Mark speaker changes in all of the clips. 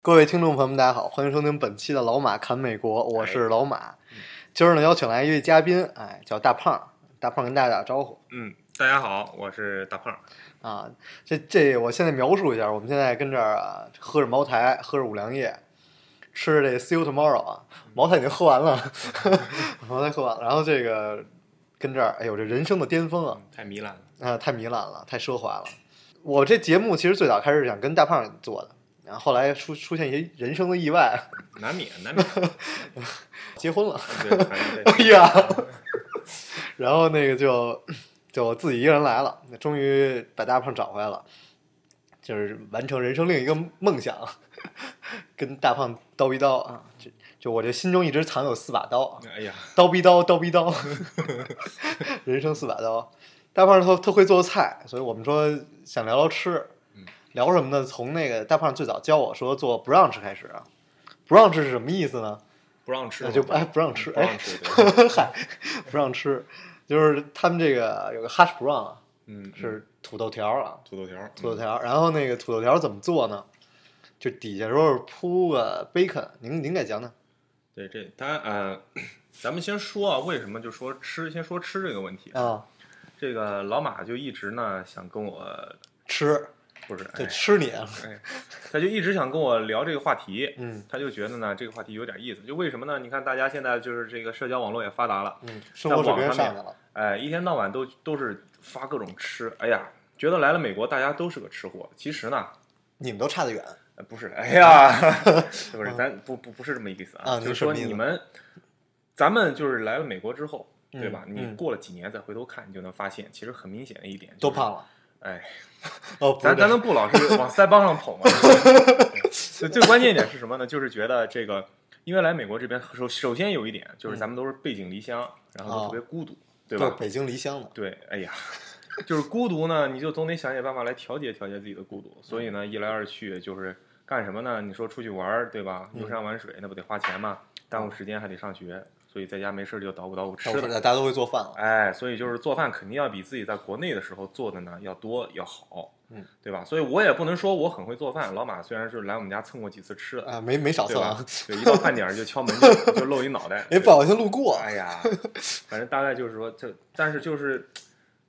Speaker 1: 各位听众朋友们，大家好，欢迎收听本期的《老马侃美国》，我是老马。今儿呢，邀请来一位嘉宾，哎，叫大胖。大胖跟大家打招呼
Speaker 2: 嗯，大家好，我是大胖。
Speaker 1: 啊。这这，我现在描述一下，我们现在跟这儿啊，喝着茅台，喝着五粮液，吃着这 See You Tomorrow 啊，茅台已经喝完了， 茅台喝完了。然后这个跟这儿，哎呦，这人生的巅峰啊，
Speaker 2: 太糜烂了，
Speaker 1: 啊、太糜烂了，太奢华了。我这节目其实最早开始想跟大胖做的，然后后来出出现一些人生的意外，
Speaker 2: 难免难 免。
Speaker 1: 结婚了。
Speaker 2: 对，反正
Speaker 1: 哎
Speaker 2: 对
Speaker 1: 呀，然后那个就 就我自己一个人来了，终于把大胖找回来了，就是完成人生另一个梦想， 跟大胖叨逼叨啊，就就我这心中一直藏有四把刀，
Speaker 2: 哎呀，
Speaker 1: 叨逼叨叨逼叨， 人生四把刀。大胖他他会做菜，所以我们说想聊聊吃
Speaker 2: 嗯，
Speaker 1: 聊什么呢？从那个大胖最早教我说做 brunch 开始啊，brunch 是什么意思呢？
Speaker 2: 不让吃
Speaker 1: 那
Speaker 2: 嘛，
Speaker 1: 就不哎不让吃，
Speaker 2: 不
Speaker 1: 哎
Speaker 2: 让吃。对
Speaker 1: 嗨，不让吃，就是他们这个有个 hash brown 啊，
Speaker 2: 嗯，
Speaker 1: 是土豆条儿啊，
Speaker 2: 土豆条，嗯
Speaker 1: 土豆条儿。然后那个土豆条儿怎么做呢？就底下说是铺个 bacon，您您给讲讲。
Speaker 2: 嗯。对，这它呃，咱们先说啊，为什么就说吃，先说吃这个问题。
Speaker 1: 啊，
Speaker 2: 这个老马就一直呢想跟我，
Speaker 1: 吃
Speaker 2: 不是，
Speaker 1: 就
Speaker 2: 哎，
Speaker 1: 吃你啊，
Speaker 2: 哎，他就一直想跟我聊这个话题。
Speaker 1: 嗯
Speaker 2: 他就觉得呢，这个话题有点意思。就为什么呢？你看大家现在就是这个社交网络也发达了，
Speaker 1: 嗯，生活水平上去了，
Speaker 2: 哎，一天到晚都都是发各种吃，哎呀，觉得来了美国大家都是个吃货。其实呢，
Speaker 1: 你们都差得远
Speaker 2: 呃不是，哎呀， 不是，咱不不不是这么意思
Speaker 1: 嗯啊
Speaker 2: 啊，
Speaker 1: 你
Speaker 2: 就是
Speaker 1: 什么
Speaker 2: 说
Speaker 1: 意思
Speaker 2: 你们，咱们就是来了美国之后，对吧？
Speaker 1: 嗯
Speaker 2: 你
Speaker 1: 嗯
Speaker 2: 过了几年再回头看，你就能发现，其实很明显的一点，
Speaker 1: 都胖。了。
Speaker 2: 哎，
Speaker 1: 哦，不是
Speaker 2: 咱
Speaker 1: 这
Speaker 2: 咱
Speaker 1: 样
Speaker 2: 能不 老是往腮帮上捅吗？对最最关键一点是什么呢？就是觉得这个，因为来美国这边首首先有一点就是咱们都是背井离乡，然后
Speaker 1: 哦
Speaker 2: 都特别孤独，对
Speaker 1: 嗯都
Speaker 2: 吧
Speaker 1: 是？北京离乡的，
Speaker 2: 对，哎呀， 就是孤独呢，你就总得想些办法来调节调节自己的孤独。所以呢，一来二去就是干什么呢？你说出去玩儿，对吧？
Speaker 1: 嗯
Speaker 2: 游山玩水，那不得花钱嘛？耽误时间还得上学，所以在家没事儿就捣鼓捣鼓
Speaker 1: 但我
Speaker 2: 吃
Speaker 1: 说
Speaker 2: 的。
Speaker 1: 大家都会做饭了。
Speaker 2: 哎，所以就是做饭肯定要比自己在国内的时候做的呢要多要好，
Speaker 1: 嗯，
Speaker 2: 对吧？所以我也不能说我很会做饭。老马虽然是来我们家蹭过几次吃的，
Speaker 1: 啊，没没少
Speaker 2: 哎对
Speaker 1: 蹭
Speaker 2: 吧
Speaker 1: 啊，？
Speaker 2: 对，一到饭点儿就敲门就就露一脑 袋，
Speaker 1: 哎，
Speaker 2: 对
Speaker 1: 不好意思路过。
Speaker 2: 哎呀，反正大概就是说，这但是就是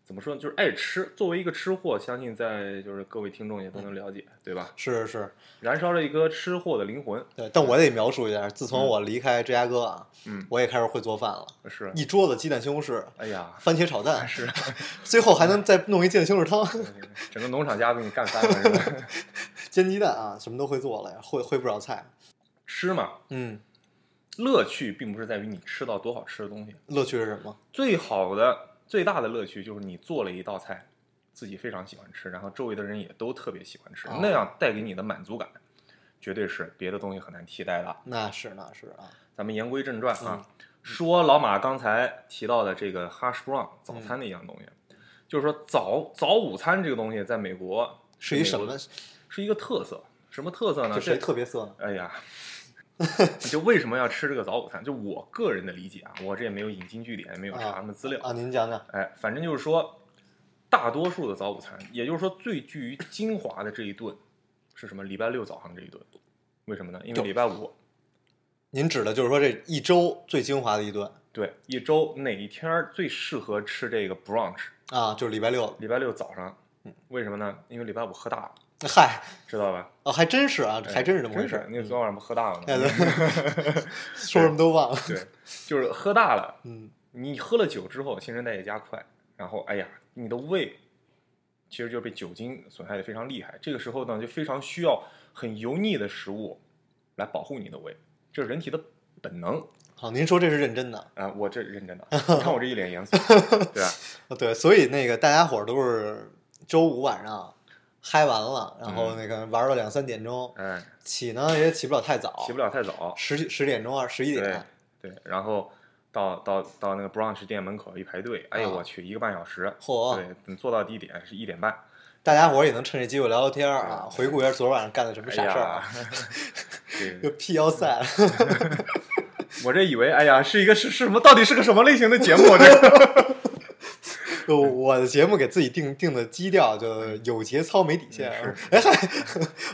Speaker 2: 怎么说呢，就是爱吃。作为一个吃货，相信在就是各位听众也都能了解，对吧？
Speaker 1: 是是，
Speaker 2: 燃烧着一颗吃货的灵魂，
Speaker 1: 对，但我得描述一下，自从我离开芝加哥啊，
Speaker 2: 嗯，
Speaker 1: 我也开始会做饭了，
Speaker 2: 是，
Speaker 1: 一桌子鸡蛋西红柿，
Speaker 2: 哎呀，嗯
Speaker 1: 番茄炒蛋，
Speaker 2: 是，
Speaker 1: 最后还能再弄一鸡蛋西红柿汤，
Speaker 2: 整个农场家都给你干翻了，是吧？
Speaker 1: 煎鸡蛋啊，什么都会做了呀，会会不少菜。
Speaker 2: 吃嘛，
Speaker 1: 嗯，
Speaker 2: 乐趣并不是在于你吃到多好吃的东西，
Speaker 1: 乐趣是什么？
Speaker 2: 最好的、最大的乐趣就是你做了一道菜，自己非常喜欢吃，然后周围的人也都特别喜欢吃，
Speaker 1: 哦
Speaker 2: 那样带给你的满足感，绝对是别的东西很难替代的。
Speaker 1: 那是那是啊，
Speaker 2: 咱们言归正传
Speaker 1: 嗯
Speaker 2: 啊，说老马刚才提到的这个 hash brown 早餐的一样东西，
Speaker 1: 嗯
Speaker 2: 就是说早早午餐这个东西在美国
Speaker 1: 是一什
Speaker 2: 美
Speaker 1: 么
Speaker 2: 国？是一个特色，什么特色呢？
Speaker 1: 这谁
Speaker 2: 啊这
Speaker 1: 特别色呢？
Speaker 2: 哎 呀，就为什么要吃这个早午餐？就我个人的理解啊，我这也没有引经据典，也没有查什么资料，
Speaker 1: 啊，您讲讲。
Speaker 2: 哎，反正就是说，大多数的早午餐，也就是说最具于精华的这一顿是什么？礼拜六早上这一顿，为什么呢？因为
Speaker 1: 就
Speaker 2: 礼拜五。
Speaker 1: 您指的就是说这一周最精华的一顿
Speaker 2: 对，一周哪一天儿最适合吃这个 brunch？
Speaker 1: 啊，就是礼拜六。
Speaker 2: 礼拜六早上，嗯为什么呢？因为礼拜五喝大了，
Speaker 1: 嗨，
Speaker 2: 知道吧？
Speaker 1: 哦，还真是啊，
Speaker 2: 哎
Speaker 1: 还真是这么回事
Speaker 2: 真
Speaker 1: 儿
Speaker 2: 是。那昨天晚上不喝大了吗？
Speaker 1: 哎对说什么都忘了。
Speaker 2: 对，就是喝大了，
Speaker 1: 嗯，
Speaker 2: 你喝了酒之后，新陈代谢加快，然后哎呀，你的胃其实就被酒精损害的非常厉害。这个时候呢，就非常需要很油腻的食物来保护你的胃，这是人体的本能
Speaker 1: 好，您说这是认真的。
Speaker 2: 啊、我这认真的，你看我这一脸严肃，对吧？
Speaker 1: 对，所以那个大家伙儿都是周五晚上嗨完了，然后那个玩到两三点钟，
Speaker 2: 嗯哎，
Speaker 1: 起呢也起不了太早，
Speaker 2: 起不了太早，
Speaker 1: 十十点钟啊十一
Speaker 2: 对
Speaker 1: 点，
Speaker 2: 对，然后到到到那个 brunch 店门口一排队，哎呦
Speaker 1: 啊
Speaker 2: 我去，一个半小时，
Speaker 1: 嚯
Speaker 2: 对，你坐到地点是一点半，
Speaker 1: 大家伙儿也能趁这机会聊聊天儿啊，回顾一下昨晚上干的什么
Speaker 2: 哎
Speaker 1: 傻事儿啊
Speaker 2: 呀，， 对
Speaker 1: 就辟谣赛，
Speaker 2: 我这以为，哎呀，是一个是是什么？到底是个什么类型的节目？ 这个
Speaker 1: 就 我的节目给自己定定的基调，就有节操没底线啊， 哎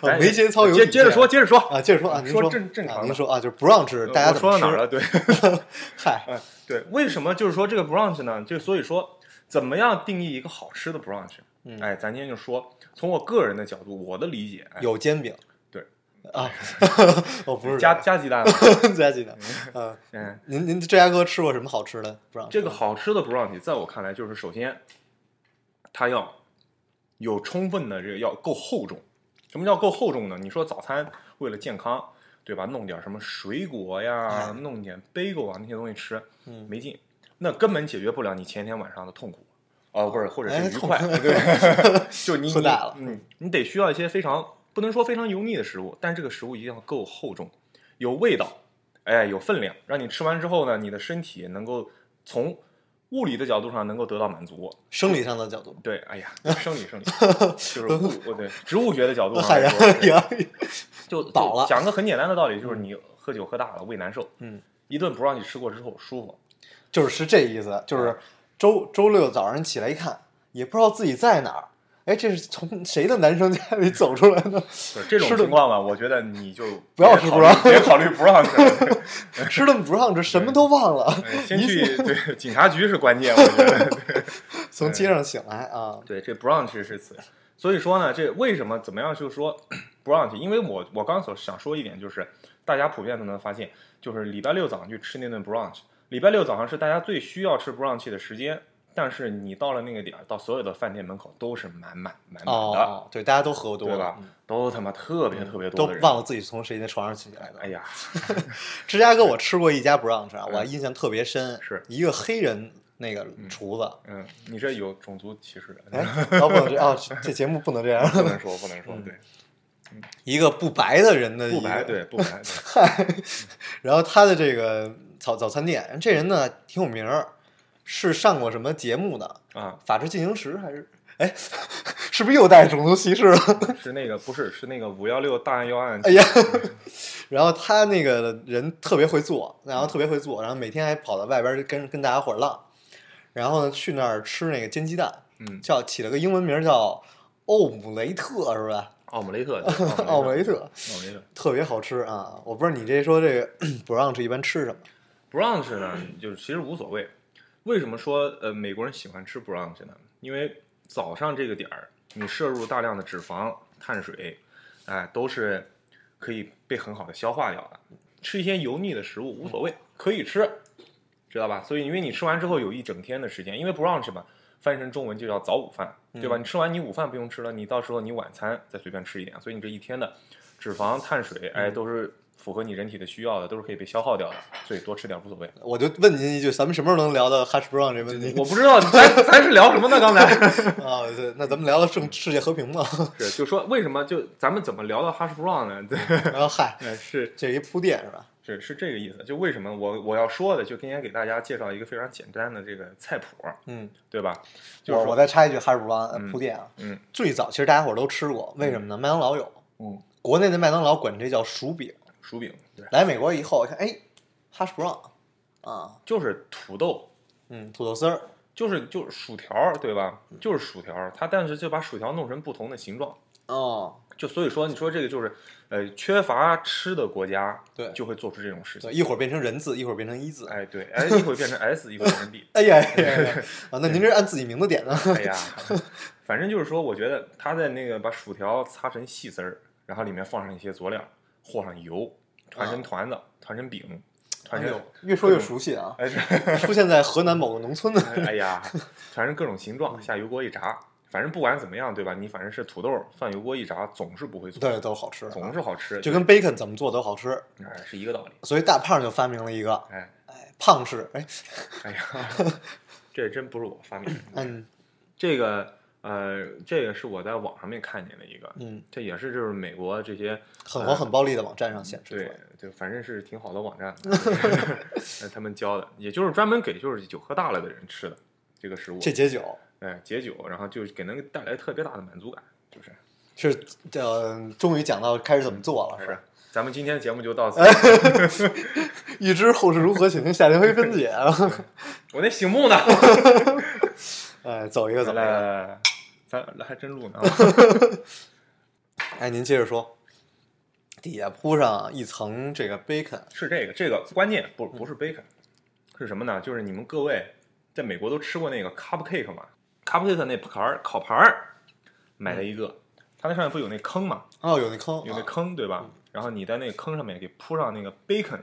Speaker 1: 还啊没节操有底
Speaker 2: 嗯哎
Speaker 1: 线，
Speaker 2: 接接着说，接着说
Speaker 1: 啊，接着说啊，您
Speaker 2: 说
Speaker 1: 说
Speaker 2: 正正常
Speaker 1: 啊
Speaker 2: 的呃
Speaker 1: 您说啊，就是不让吃，大家
Speaker 2: 我
Speaker 1: 怎
Speaker 2: 说
Speaker 1: 么
Speaker 2: 到
Speaker 1: 吃
Speaker 2: 哪儿了？对，
Speaker 1: 嗨，
Speaker 2: 哎，对，为什么就是说这个 brunch 呢？就所以说，怎么样定义一个好吃的 brunch？
Speaker 1: 嗯
Speaker 2: 哎，咱今天就说，从我个人的角度，我的理解，哎
Speaker 1: 有煎饼，
Speaker 2: 对哎
Speaker 1: 啊， 我不是
Speaker 2: 加
Speaker 1: 人
Speaker 2: 加 鸡蛋嘛，
Speaker 1: 加鸡蛋，嗯，
Speaker 2: 嗯，
Speaker 1: 您您芝加哥吃过什么好吃的？不让
Speaker 2: 这个好吃的 brunch，在我看来，就是首先，它要有充分的这个要够厚重。什么叫够厚重呢？你说早餐为了健康，对吧？弄点什么水果呀
Speaker 1: 哎，
Speaker 2: 弄点 bagel 啊那些东西吃，
Speaker 1: 嗯
Speaker 2: 没劲，那根本解决不了你前一天晚上的痛苦，哦，不是，或者
Speaker 1: 哎
Speaker 2: 是愉
Speaker 1: 痛
Speaker 2: 快， 对，就你
Speaker 1: 喝大了
Speaker 2: 你嗯，你得需要一些非常不能说非常油腻的食物，但这个食物一定要够厚重，有味道，哎，有分量，让你吃完之后呢，你的身体能够从物理的角度上能够得到满足。
Speaker 1: 生理上的角 度，
Speaker 2: 对，哎呀，生理 生理就是物，我对植物学的角度上
Speaker 1: 海
Speaker 2: 来
Speaker 1: 洋
Speaker 2: 说，对
Speaker 1: 洋，
Speaker 2: 就就
Speaker 1: 饱了
Speaker 2: 讲个很简单的道理，就是你喝酒喝大了胃难受，
Speaker 1: 嗯，
Speaker 2: 一顿不让你吃过之后舒服，
Speaker 1: 就是是这意思，就是周周六早上起来一看，也不知道自己在哪儿，哎，这是从谁的男生家里走出来的？
Speaker 2: 就是这种
Speaker 1: 是的
Speaker 2: 情况吧，我觉得你就
Speaker 1: 不要
Speaker 2: 别
Speaker 1: 吃
Speaker 2: 考
Speaker 1: 不
Speaker 2: 虑
Speaker 1: 让
Speaker 2: 别考虑不让 吃了，
Speaker 1: 吃顿不让吃，什么都忘了，
Speaker 2: 哎先去对警察局是关键，我觉得对
Speaker 1: 从街上醒来啊，
Speaker 2: 对这 brunch 是此，所以说呢，这为什么怎么样就说 brunch？因为我我刚所想说一点就是，大家普遍都能发现，就是礼拜六早上去吃那顿 brunch，礼拜六早上是大家最需要吃 brunch 的时间，但是你到了那个点儿，到所有的饭店门口都是满满满满的，
Speaker 1: 哦，对，大家都喝多
Speaker 2: 对
Speaker 1: 了嗯
Speaker 2: 吧。？都他妈特别特别
Speaker 1: 都
Speaker 2: 多的人，
Speaker 1: 忘了自己从谁的床上起来的。
Speaker 2: 哎呀，
Speaker 1: 芝加哥我吃过一家 brunch 啊，
Speaker 2: 嗯
Speaker 1: 我还印象特别深，
Speaker 2: 是
Speaker 1: 一个黑人那个厨 子。
Speaker 2: 嗯，你这有种族歧视，
Speaker 1: 哎，哦不能这哦，这节目不能这样。
Speaker 2: 不能说，不能
Speaker 1: 嗯
Speaker 2: 说，对，
Speaker 1: 一个不白的人的一
Speaker 2: 不
Speaker 1: 个
Speaker 2: 白，对，不白，对
Speaker 1: 嗨，然后他的这个早早餐店，这人呢挺有名儿，是上过什么节目的，
Speaker 2: 啊，
Speaker 1: 《法制进行时》还是？哎， 是不是又带种族歧视了？
Speaker 2: 是那个不是是那个五幺六大案要案，
Speaker 1: 哎呀， 然后他那个人特别会做，然后特别会做，然后每天还跑到外边儿跟跟大家伙儿浪，然后呢去那儿吃那个煎鸡蛋，
Speaker 2: 嗯，
Speaker 1: 叫起了个英文名儿叫欧姆雷特，是吧？
Speaker 2: 奥姆雷特，
Speaker 1: 奥
Speaker 2: 奥
Speaker 1: 姆
Speaker 2: 姆
Speaker 1: 雷
Speaker 2: 雷
Speaker 1: 特
Speaker 2: 特，奥姆雷特
Speaker 1: 特别好吃啊！我不知道你这说这个 brunch 一般吃什么？
Speaker 2: brunch 呢，就是其实无所谓。为什么说呃美国人喜欢吃 brunch 呢？因为早上这个点儿，你摄入大量的脂肪、碳水，哎、都是可以被很好的消化掉的。吃一些油腻的食物无所谓，可以吃，知道吧？所以因为你吃完之后有一整天的时间，因为 brunch 嘛，翻译成中文就叫早午饭，对吧？你吃完你午饭不用吃了，你到时候你晚餐再随便吃一点，所以你这一天的脂肪、碳水，哎，都是符合你人体的需要的，都是可以被消耗掉的，所以多吃点无所谓。
Speaker 1: 我就问您一句，咱们什么时候能聊到 hash brown 这问题？
Speaker 2: 我不知道咱咱是聊什么呢？刚才
Speaker 1: 啊，对，那咱们聊聊正世界和平吧。
Speaker 2: 是就说为什么就咱们怎么聊到 hash brown 呢？ 对，
Speaker 1: 然后嗨，
Speaker 2: 呃是
Speaker 1: 这一铺垫是吧？
Speaker 2: 是是这个意思。就为什么我我要说的，就今天给大家介绍一个非常简单的这个菜谱，
Speaker 1: 嗯，
Speaker 2: 对吧？就
Speaker 1: 我
Speaker 2: 是
Speaker 1: 我
Speaker 2: 说
Speaker 1: 再插一句哈士布邦呃
Speaker 2: 嗯
Speaker 1: 铺垫啊，
Speaker 2: 嗯
Speaker 1: 最早其实大家伙儿都吃过，为什么呢？麦当劳有，
Speaker 2: 嗯，
Speaker 1: 国内的麦当劳管这叫薯饼，
Speaker 2: 薯饼对，
Speaker 1: 来美国以后一看，哎，哈士布朗啊，
Speaker 2: 就是土豆，
Speaker 1: 嗯，土豆丝儿，
Speaker 2: 就是就是薯条，对吧？就是薯条，它但是就把薯条弄成不同的形状。
Speaker 1: 哦，
Speaker 2: 就所以说，你说这个就是，呃，缺乏吃的国家，
Speaker 1: 对
Speaker 2: 就会做出这种事情
Speaker 1: 对，。一会儿变成人字，一会儿变成一字，
Speaker 2: 哎，对，哎，一会儿变成 S，一会儿变成 D。
Speaker 1: 哎呀，哎呀哎 呀啊，那您这是按自己名字点的，
Speaker 2: 哎呀，反正就是说，我觉得他在那个把薯条擦成细丝儿，然后里面放上一些佐料，和上油，团
Speaker 1: 啊
Speaker 2: 成团子，团成饼，团
Speaker 1: 哎
Speaker 2: 成
Speaker 1: 呦，越说越熟悉啊，
Speaker 2: 哎是
Speaker 1: 出现在河南某个农村的，
Speaker 2: 哎呀，团成各种形
Speaker 1: 嗯
Speaker 2: 状，下油锅一炸。反正不管怎么样，对吧？你反正是土豆放油锅一炸，总是不会 错，
Speaker 1: 对，都好吃，啊
Speaker 2: 总是好吃，
Speaker 1: 就跟 bacon 怎么做都好吃，
Speaker 2: 哎是一个道理。
Speaker 1: 所以大胖就发明了一个，
Speaker 2: 哎，
Speaker 1: 哎，胖式，哎，
Speaker 2: 哎呀，这真不是我发明的。
Speaker 1: 嗯，
Speaker 2: 这个呃，这个是我在网上面看见的一个，
Speaker 1: 嗯，
Speaker 2: 这也是就是美国这些
Speaker 1: 很黄很暴力的网站上显示出
Speaker 2: 哎对
Speaker 1: 来。
Speaker 2: 对，反正是挺好的网站， 呃他们教的，也就是专门给就是酒喝大了的人吃的这个食物，
Speaker 1: 这解酒
Speaker 2: 哎解酒，然后就给能带来特别大的满足感，就是
Speaker 1: 是呃，终于讲到开始怎么做了，是
Speaker 2: 是
Speaker 1: 吧？。
Speaker 2: 咱们今天节目就 到此，
Speaker 1: 预知后事如何，请听下回分啊解。
Speaker 2: 我那醒目呢，
Speaker 1: 哎，走一个，
Speaker 2: 来
Speaker 1: 走
Speaker 2: 来
Speaker 1: 一个。
Speaker 2: 来来，咱还真录呢啊，
Speaker 1: 哎，您接着说。底下铺上一层这个 bacon，
Speaker 2: 是这个这个关键不
Speaker 1: 嗯
Speaker 2: 不是 bacon，是什么呢？就是你们各位在美国都吃过那个 cupcake 嘛，cupcake 那盘儿烤盘儿，买了一个，
Speaker 1: 嗯
Speaker 2: 它那上面不有那坑嘛，
Speaker 1: 哦，有那坑，
Speaker 2: 有那
Speaker 1: 啊
Speaker 2: 坑对吧？然后你在那个坑上面给铺上那个 bacon，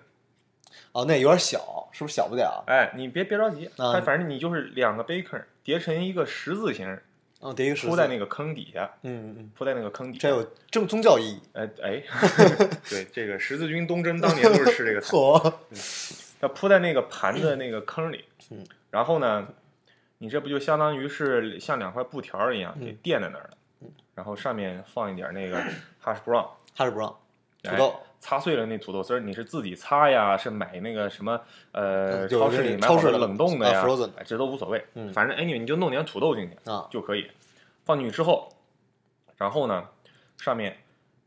Speaker 1: 哦，那有点小，是不是小不点啊儿？
Speaker 2: 哎，你别别着急，
Speaker 1: 啊
Speaker 2: 它反正你就是两个 bacon 叠成一个十字形，
Speaker 1: 嗯，叠一个十字
Speaker 2: 铺在那个坑底下，
Speaker 1: 嗯嗯，
Speaker 2: 铺在那个坑底下。
Speaker 1: 这有正宗教意义。
Speaker 2: 哎 哎，对，这个十字军东征当年都是吃这个菜。
Speaker 1: 嚯，
Speaker 2: 它铺在那个盘的那个坑里，
Speaker 1: 嗯
Speaker 2: 然后呢，你这不就相当于是像两块布条儿一样
Speaker 1: 嗯
Speaker 2: 给垫在那儿了，然后上面放一点那个 hash brown
Speaker 1: 哈士布朗土
Speaker 2: 哎
Speaker 1: 豆，
Speaker 2: 擦碎了那土豆丝儿，你是自己擦呀，是买那个什么呃
Speaker 1: 嗯有
Speaker 2: 超市里
Speaker 1: 那
Speaker 2: 买好
Speaker 1: 超市
Speaker 2: 的
Speaker 1: 的
Speaker 2: 冷冻的呀，
Speaker 1: 啊，frozen
Speaker 2: 哎这都无所谓，
Speaker 1: 嗯
Speaker 2: 反正 anyway 你就弄点土豆进去
Speaker 1: 啊
Speaker 2: 就可以，放进去之后，然后呢，上面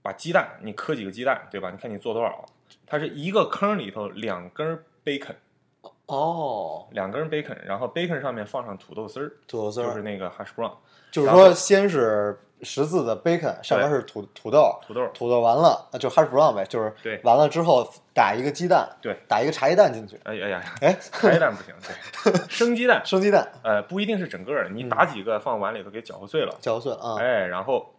Speaker 2: 把鸡蛋你磕几个鸡蛋对吧？你看你做多少，啊它是一个坑里头两根儿 bacon。
Speaker 1: 哦，
Speaker 2: 两根 bacon，然后 bacon 上面放上土豆丝儿，
Speaker 1: 土豆丝
Speaker 2: 就是
Speaker 1: 儿，
Speaker 2: 那个 hash brown
Speaker 1: 就是
Speaker 2: 然后
Speaker 1: 说先是十字的 bacon，上面是土土豆，
Speaker 2: 土豆。
Speaker 1: 土豆完了啊就哈士布朗呗，就是
Speaker 2: 对
Speaker 1: 完了之后打一个鸡蛋，
Speaker 2: 对，
Speaker 1: 打一个茶叶蛋进去，
Speaker 2: 哎呀哎呀，
Speaker 1: 哎，
Speaker 2: 茶叶蛋不行， 对，生鸡蛋，
Speaker 1: 生鸡蛋
Speaker 2: 呃，不一定是整个儿，你打几个放碗里头给搅和碎了，
Speaker 1: 搅碎了嗯啊
Speaker 2: 哎，然后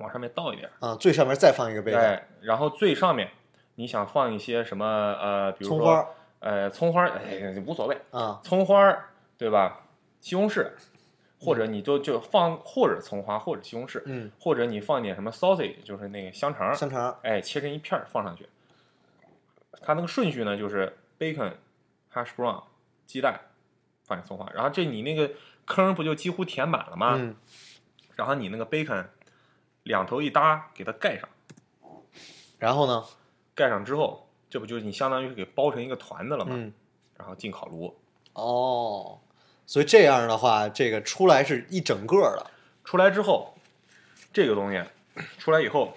Speaker 2: 往上面倒一点儿，
Speaker 1: 啊，最上面再放一个 bacon，
Speaker 2: 哎，然后最上面你想放一些什么呃，比如说
Speaker 1: 葱花儿
Speaker 2: 呃，葱花儿，哎，无所谓，
Speaker 1: 啊，
Speaker 2: 葱花儿对吧？西红柿，或者你就就放或者葱花或者西红柿，
Speaker 1: 嗯，
Speaker 2: 或者你放点什么 sausage，就是那个香肠儿，
Speaker 1: 香肠，
Speaker 2: 哎，切成一片儿放上去。它那个顺序呢，就是 bacon、hash brown、鸡蛋，放点葱花，然后这你那个坑儿不就几乎填满了吗？
Speaker 1: 嗯，
Speaker 2: 然后你那个 bacon 两头一搭，给它盖上，
Speaker 1: 然后呢，
Speaker 2: 盖上之后，这不就你相当于是给包成一个团子了吗？
Speaker 1: 嗯，
Speaker 2: 然后进烤炉，
Speaker 1: 哦，所以这样的话，这个出来是一整个儿的，
Speaker 2: 出来之后，这个东西出来以后，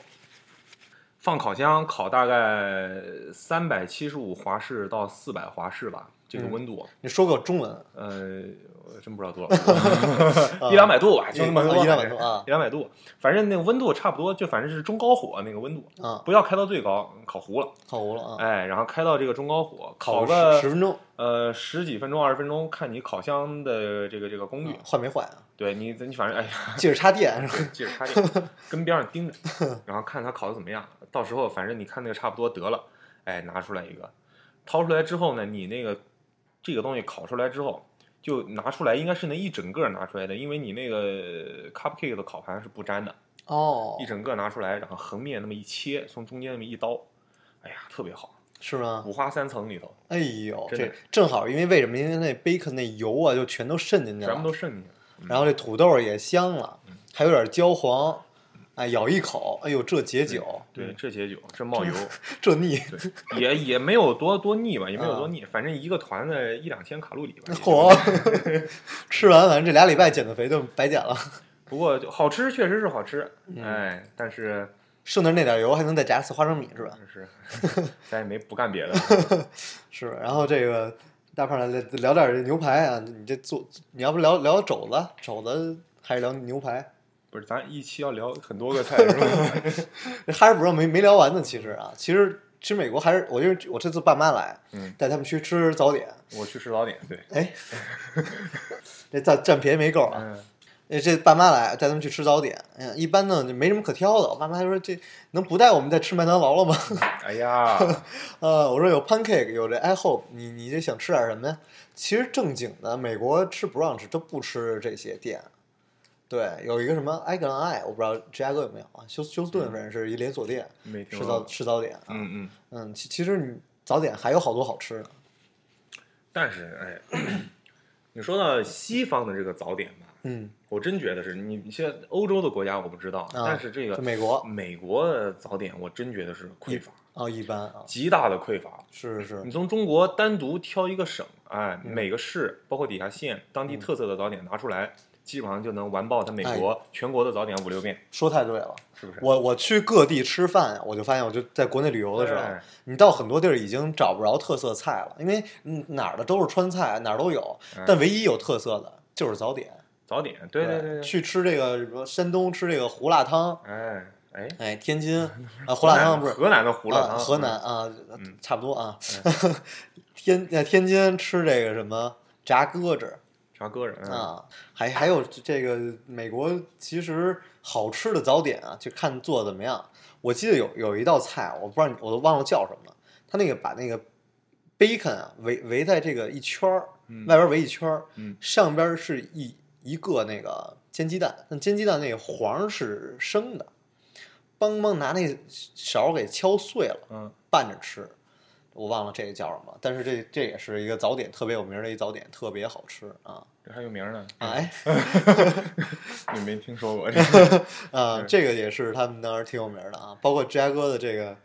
Speaker 2: 放烤箱烤大概三百七十五华氏到四百华氏吧，这个
Speaker 1: 嗯
Speaker 2: 温度。
Speaker 1: 你说个中文，啊
Speaker 2: 呃，我真不知道 多少，一两百度吧，就那么多，
Speaker 1: 一两百度啊
Speaker 2: 一两百度，反正那个温度差不多，就反正是中高火那个温度，
Speaker 1: 啊，
Speaker 2: 不要开到最高，烤糊了，
Speaker 1: 烤糊了啊，
Speaker 2: 哎，然后开到这个中高火，烤
Speaker 1: 烤
Speaker 2: 个
Speaker 1: 十十分钟，
Speaker 2: 呃十几分钟、二十分钟，看你烤箱的这个这个功率
Speaker 1: 嗯，坏没坏啊？
Speaker 2: 对你你反正哎呀，
Speaker 1: 记着插电是吧？
Speaker 2: 记着插电，跟边上盯着，然后看它烤的怎么样，到时候反正你看那个差不多得了，哎，拿出来一个，掏出来之后呢，你那个这个东西烤出来之后，就拿出来，应该是那一整个拿出来的，因为你那个 cupcake 的烤盘是不粘的，
Speaker 1: 哦
Speaker 2: 一整个拿出来，然后横面那么一切，从中间那么一刀，哎呀，特别好，
Speaker 1: 是吗？
Speaker 2: 五花三层里头，
Speaker 1: 哎呦，
Speaker 2: 真的
Speaker 1: 这正好，因为为什么？因为那 bacon 那油啊，就全都渗进去
Speaker 2: 全部
Speaker 1: 了，
Speaker 2: 都渗进去了。嗯
Speaker 1: 然后这土豆儿也香了，还有点焦黄，哎，咬一口，哎呦，这解酒，
Speaker 2: 对，这解酒，这冒油，
Speaker 1: 嗯这腻，
Speaker 2: 对，也也没有多多腻吧，也没有多腻，反正一个团子一两千卡路里 吧。也就
Speaker 1: 嚯！ 吃完反正这俩礼拜减的肥就白减了，
Speaker 2: 不过就好吃，确实是好吃，
Speaker 1: 嗯
Speaker 2: 哎，但是
Speaker 1: 剩的那点油还能再加次花生米是吧？
Speaker 2: 就是咱也没不 干别的，
Speaker 1: 是，然后这个大胖来聊聊点儿这牛排啊，你这做你要不聊聊肘子，肘子还是聊牛排？
Speaker 2: 不是咱一期要聊很多个菜是吧？
Speaker 1: 哈士伯没没聊完呢，其实啊，其实其实美国还是我就是我这次爸妈来，
Speaker 2: 嗯，
Speaker 1: 带他们去吃早点，
Speaker 2: 我去吃早点， 对，
Speaker 1: 哎， 这占占便宜没够啊！
Speaker 2: 嗯，
Speaker 1: 哎这爸妈来带他们去吃早点，嗯，一般呢就没什么可挑的。我爸妈还说这能不带我们再吃麦当劳了吗？
Speaker 2: 哎呀，
Speaker 1: 呃，我说有 pancake，有这 I hope，你你这想吃点什么呀？其实正经的美国吃 brunch 都不吃这些店，对，有一个什么 I g o n I，我不知道芝加哥有没有啊？休休斯顿反正是一连锁店，
Speaker 2: 没听
Speaker 1: 吃
Speaker 2: 说
Speaker 1: 早
Speaker 2: 过，
Speaker 1: 吃早点啊，
Speaker 2: 嗯嗯嗯，
Speaker 1: 嗯，其其实你早点还有好多好吃的，
Speaker 2: 但是哎，你说到西方的这个早点吧，
Speaker 1: 嗯，
Speaker 2: 我真觉得是你你现在欧洲的国家我不知道，
Speaker 1: 啊
Speaker 2: 但是嗯这个
Speaker 1: 就美国
Speaker 2: 美国的早点我真觉得是匮乏，
Speaker 1: 哦，一般啊，
Speaker 2: 极大的匮乏。
Speaker 1: 是是
Speaker 2: 你，从中国单独挑一个省，哎，
Speaker 1: 嗯
Speaker 2: 每个市包括底下县当地特色的早点拿出来，基本上就能完爆它美国全国的早点五六遍，
Speaker 1: 说太对了。
Speaker 2: 是不是？
Speaker 1: 哎我我去各地吃饭啊，我就发现，我就在国内旅游的时候，
Speaker 2: 哎
Speaker 1: 你到很多地儿已经找不着特色菜了，因为嗯哪儿的都是川菜，哪儿都有
Speaker 2: 嗯，
Speaker 1: 但唯一有特色的就是早点。
Speaker 2: 早点，对对对，
Speaker 1: 去吃这个什么山东吃这个胡辣汤，
Speaker 2: 哎哎，
Speaker 1: 哎，天津啊胡辣汤不是
Speaker 2: 河南的胡辣
Speaker 1: 啊
Speaker 2: 汤，
Speaker 1: 河南啊
Speaker 2: 嗯，
Speaker 1: 差不多啊。 天呃天津吃这个什么炸鸽子
Speaker 2: 啥个人，
Speaker 1: 啊，还还有这个美国其实好吃的早点啊，就看做得怎么样。我记得有有一道菜，我不知道你我都忘了叫什么了，他那个把那个 bacon 啊围围在这个一圈儿，
Speaker 2: 嗯
Speaker 1: 外边围一圈儿，
Speaker 2: 嗯
Speaker 1: 上边是一一个那个煎鸡蛋，但煎鸡蛋那个黄是生的，梆梆拿那勺给敲碎了，
Speaker 2: 嗯，
Speaker 1: 拌着吃。我忘了这个叫什么，但是这这也是一个早点特别有名的一早点，特别好吃啊！
Speaker 2: 这还有名呢，
Speaker 1: 啊哎，
Speaker 2: 你没听说 过这个？
Speaker 1: 啊，这个也是他们当时挺有名的啊，包括芝加哥的这个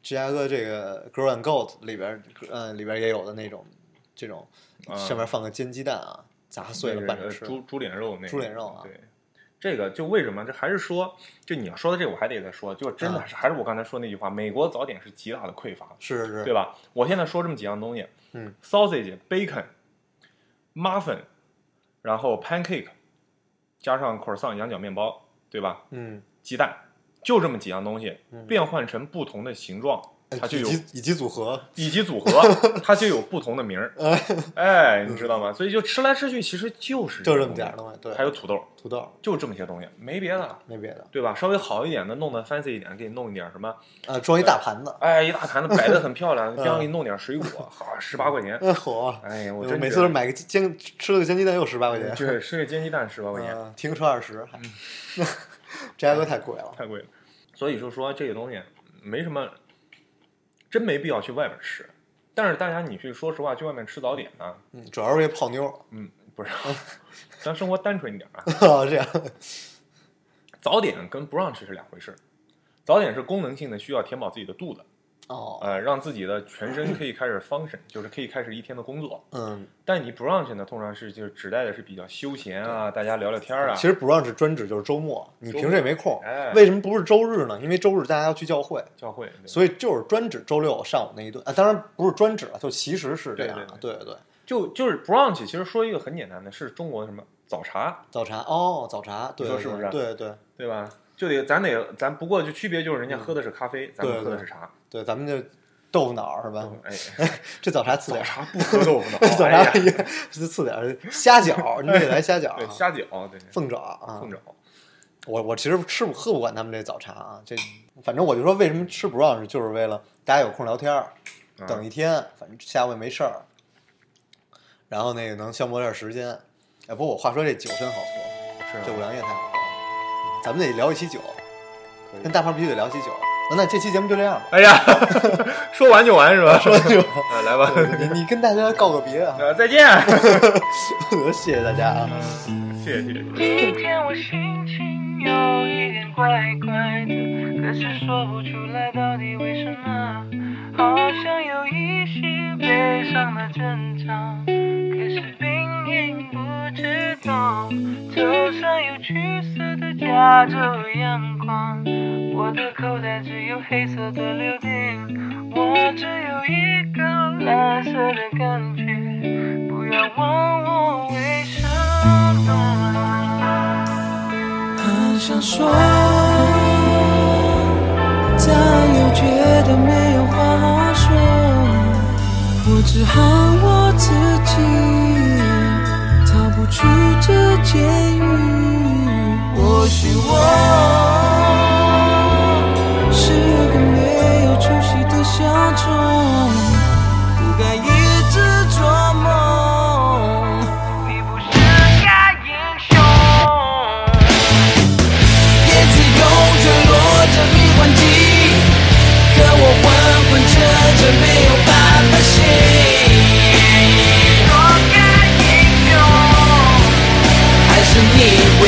Speaker 1: 芝加哥这个 Grow and Goat 里边儿，嗯、里边儿也有的那种这种
Speaker 2: 啊
Speaker 1: 上面放个煎鸡蛋啊，砸碎了
Speaker 2: 那个
Speaker 1: 拌着
Speaker 2: 呃
Speaker 1: 吃。
Speaker 2: 猪猪脸肉那个
Speaker 1: 猪脸肉啊
Speaker 2: 对，这个就为什么？这还是说，就你要说的这个，我还得再说，就真的
Speaker 1: 啊
Speaker 2: 是、还是我刚才说那句话，美国早点是极大的匮乏，
Speaker 1: 是是
Speaker 2: 对吧？我现在说这么几样东西，
Speaker 1: 嗯
Speaker 2: ，sausage、bacon、muffin，然后 pancake，加上 croissant 羊角面包，对吧？
Speaker 1: 嗯，
Speaker 2: 鸡蛋，就这么几样东西，
Speaker 1: 嗯
Speaker 2: 变换成不同的形状，
Speaker 1: 哎
Speaker 2: 它就
Speaker 1: 以
Speaker 2: 有
Speaker 1: 及以及组合，
Speaker 2: 以 及组合，它就有不同的名儿。哎，你知道吗？所以就吃来吃去，其实就是
Speaker 1: 就
Speaker 2: 这
Speaker 1: 这么点儿
Speaker 2: 东
Speaker 1: 东西。对，
Speaker 2: 嗯西，还有土豆，
Speaker 1: 土豆，
Speaker 2: 就这么些东西，没别的，
Speaker 1: 没别的
Speaker 2: 对吧？稍微好一点的，弄得 fancy 一点，给你弄一点什么，
Speaker 1: 啊，装一大盘子。
Speaker 2: 哎，一大盘子摆的很 漂亮，边上给你弄点水果，好，十八块钱。
Speaker 1: 嗯，火！
Speaker 2: 哎呀，我
Speaker 1: 我
Speaker 2: 真
Speaker 1: 每
Speaker 2: 觉
Speaker 1: 次都
Speaker 2: 得嗯
Speaker 1: 买个煎吃了个煎鸡蛋又十八块钱，
Speaker 2: 对，吃个煎鸡蛋十八块钱，
Speaker 1: 嗯，停车二十，还 芝加哥太贵了。
Speaker 2: 太贵了。所以就说这个东西没什么，真没必要去外边吃。但是大家你去说实话，去外面吃早点呢，
Speaker 1: 嗯，主要是为泡妞儿，
Speaker 2: 嗯，不是，咱生活单纯一点啊。
Speaker 1: 这样。
Speaker 2: 早点跟不让吃是两回事儿。早点是功能性的，需要填饱自己的肚子，
Speaker 1: 哦，
Speaker 2: 呃，让自己的全身可以开始 function，就是可以开始一天的工作。
Speaker 1: 嗯，
Speaker 2: 但你 brunch 呢，通常是就是指代的是比较休闲啊，大家聊聊天儿啊。
Speaker 1: 其实 brunch 专指就是周末，你平时也没空。
Speaker 2: 哎
Speaker 1: 为什么不是周日呢？因为周日大家要去教会，
Speaker 2: 教会，对
Speaker 1: 所以就是专指周六上午那一顿啊。当然不是专指了，就其实是这样的。对对对，
Speaker 2: 就就是 brunch，其实说一个很简单的，是中国的什么早茶，
Speaker 1: 早茶哦，早茶，对
Speaker 2: 你
Speaker 1: 对
Speaker 2: 说是不
Speaker 1: 对
Speaker 2: 是啊
Speaker 1: 对对
Speaker 2: 对吧？就得咱得咱不过就区别就是人家喝的是咖啡，咱们喝的是茶。
Speaker 1: 对，咱们就豆腐脑儿是吧？
Speaker 2: 哎，
Speaker 1: 这早茶次
Speaker 2: 早
Speaker 1: 点儿，
Speaker 2: 茶不喝豆腐 脑，
Speaker 1: 早茶
Speaker 2: 哎呀
Speaker 1: 也是次点儿虾饺，你得来虾饺啊，
Speaker 2: 对虾饺，对
Speaker 1: 凤爪啊
Speaker 2: 凤。爪。
Speaker 1: 我我其实吃不喝不惯他们这早茶啊，这反正我就说为什么吃不让，就是为了大家有空聊天儿，
Speaker 2: 嗯
Speaker 1: 等一天，反正下午也没事儿，然后那个能消磨点时间。哎，不过我话说这酒真好喝，
Speaker 2: 是啊
Speaker 1: 这五粮液太好喝了，嗯咱们得聊一期酒，
Speaker 2: 可以
Speaker 1: 跟大胖必须得聊一期酒。那这期节目就这样 吧，
Speaker 2: 哎呀，说完就完是吧？说完 就完，来吧，
Speaker 1: 你你跟大家告个别啊，
Speaker 2: 呃，再见。
Speaker 1: 谢谢大家啊。
Speaker 2: 谢谢谢谢。
Speaker 3: 今天我心情有一点怪怪的，可是说不出来到底为什么，好像有一些悲伤的征兆，可是明明不知道。头上有橘色的加州阳光，我的口袋只有黑色的柳丁，我只有一个蓝色的感觉，不要问我为什么。
Speaker 4: 很想说，但又觉得没有话说，我只恨我自己逃不出这监狱。或许我是个没有出息的小丑，不该一直做梦。
Speaker 3: 你不是个英雄。
Speaker 4: 也只有坠落着迷幻剂，可我昏昏沉沉，没有办法醒。
Speaker 3: 我该英雄。
Speaker 4: 还是你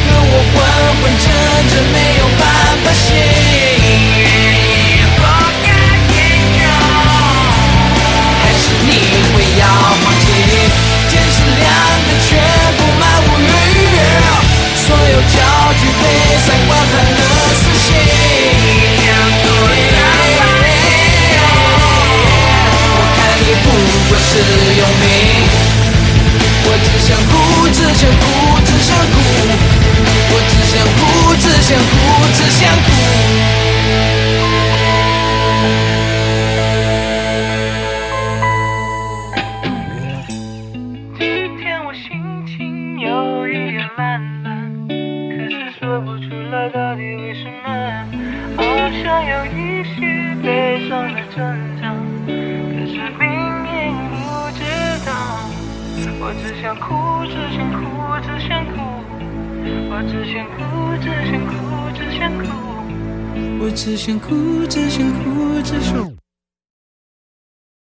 Speaker 4: 真的没有办法行。活该天佑，还是你会要放弃？天是亮的，却布满乌云，所有焦距被闪光弹的死心。我看你不过是佣兵。我只想哭，只想哭，只想哭，我只想哭，只想哭，只想哭。
Speaker 3: 今天我心情有一点烂烂，可是说不出来到底为什么，好像有一些悲伤的征兆，可是明明不知道。我只想哭，只想哭，只想哭，我只想哭，只想哭，只想哭。
Speaker 4: 我只想哭，只想哭，只想哭。